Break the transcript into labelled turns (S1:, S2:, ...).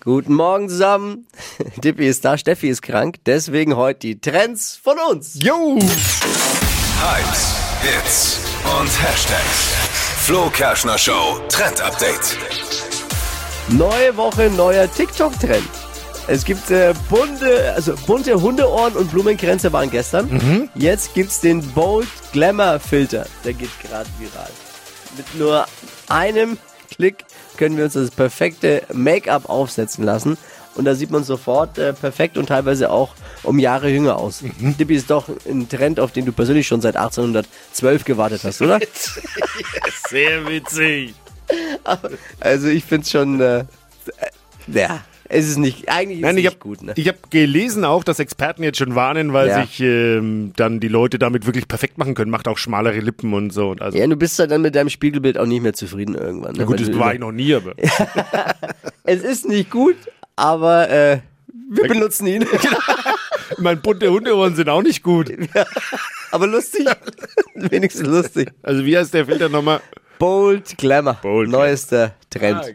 S1: Guten Morgen zusammen. Dippi ist da, Steffi ist krank, deswegen heute die Trends von uns.
S2: Jo!
S3: Hypes, Hits und Hashtags. Flo Kerschner Show Trend Update.
S1: Neue Woche, neuer TikTok-Trend. Es gibt äh, bunte, also bunte Hundeohren und Blumenkränze waren gestern. Jetzt gibt's den Bold Glamour Filter. Der geht gerade viral. Mit nur einem Klick können wir uns das perfekte Make-up aufsetzen lassen. Und da sieht man sofort äh, perfekt und teilweise auch um Jahre jünger aus. Dippi ist doch ein Trend, auf den du persönlich schon seit 1812 gewartet hast, oder?
S2: Sehr witzig.
S1: Also ich find's schon, äh, äh, ja, es ist nicht, eigentlich ist es
S2: Nein, ich
S1: nicht
S2: habe
S1: gut. Ne?
S2: hab gelesen auch, dass Experten jetzt schon warnen, weil
S1: Ja.
S2: sich ähm, dann die Leute damit wirklich perfekt machen können. Macht auch schmalere Lippen und so. Und also,
S1: Ja, du bist ja dann mit deinem Spiegelbild auch nicht mehr zufrieden irgendwann. Ne?
S2: Na gut,
S1: Wenn
S2: das
S1: du
S2: war ich noch nie, aber.
S1: Es ist nicht gut, aber äh, wir benutzen ihn.
S2: Ich meine, bunte Hundeohren sind auch nicht gut.
S1: aber lustig.
S2: Genau.
S1: Wenigstens lustig.
S2: Also wie heißt der Filter nochmal?
S1: Bold Glamour.
S2: Bold Glamour.
S1: Neuester Trend.